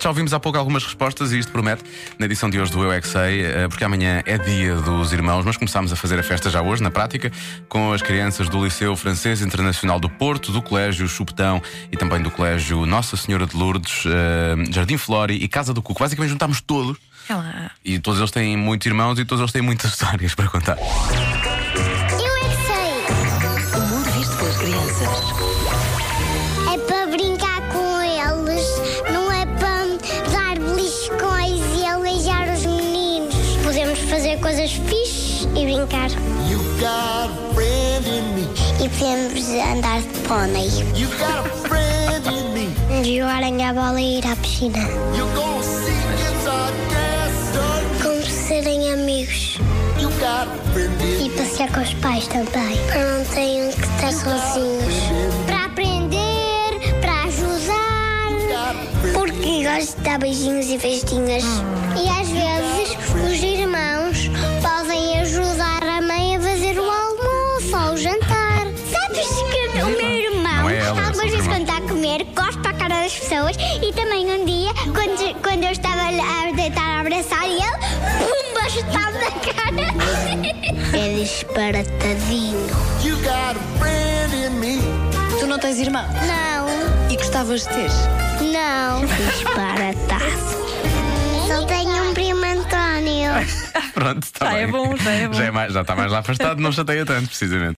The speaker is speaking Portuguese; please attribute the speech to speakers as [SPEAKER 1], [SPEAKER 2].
[SPEAKER 1] Já ouvimos há pouco algumas respostas e isto promete na edição de hoje do Eu é Que Sei, eh, porque amanhã é dia dos irmãos, mas começámos a fazer a festa já hoje, na prática, com as crianças do Liceu Francês Internacional do Porto, do Colégio Chupetão e também do Colégio Nossa Senhora de Lourdes, eh, Jardim Flori e Casa do Cuco. Basicamente juntámos todos
[SPEAKER 2] É lá.
[SPEAKER 1] e todos eles têm muitos irmãos e todos eles têm muitas histórias para contar.
[SPEAKER 3] Eu é que sei.
[SPEAKER 4] O mundo visto pelas crianças.
[SPEAKER 3] É para brincar com eles, não é para dar beliscões e aleijar os meninos. Podemos fazer coisas fixes e brincar.
[SPEAKER 5] You got a friend in me.
[SPEAKER 3] E podemos andar de pônei. Um
[SPEAKER 5] You got a friend in me.
[SPEAKER 3] Jogar a bola e ir à piscina.
[SPEAKER 5] You're gonna see it's our destiny.
[SPEAKER 3] Como serem amigos.
[SPEAKER 5] You got a friend in me.
[SPEAKER 3] E passear com os pais também. Para não terem que estar sozinhos. Para aprender, para ajudar. Porque gosto de dar beijinhos e festinhas. E às vezes os irmãos podem ajudar a mãe a fazer o almoço ou o jantar. Sabes que o meu irmão,
[SPEAKER 1] Não é ela, são os
[SPEAKER 3] algumas vezes
[SPEAKER 1] irmãos.
[SPEAKER 3] quando está a comer, gosta a cara das pessoas e também um dia, quando, quando eu estava a deitar a abraçar e ele, pumba, estava na cara. É disparatadinho.
[SPEAKER 5] You got a friend in me.
[SPEAKER 4] Tu não tens irmã
[SPEAKER 3] Não.
[SPEAKER 4] e gostavas de ter?
[SPEAKER 3] Não. tá. Disparatado. Só tenho um primo Antônio.
[SPEAKER 1] Pronto, está
[SPEAKER 2] Já é
[SPEAKER 1] bem.
[SPEAKER 2] bom, já é bom.
[SPEAKER 1] Já, mais- já está mais lá afastado, não chateia tanto, precisamente.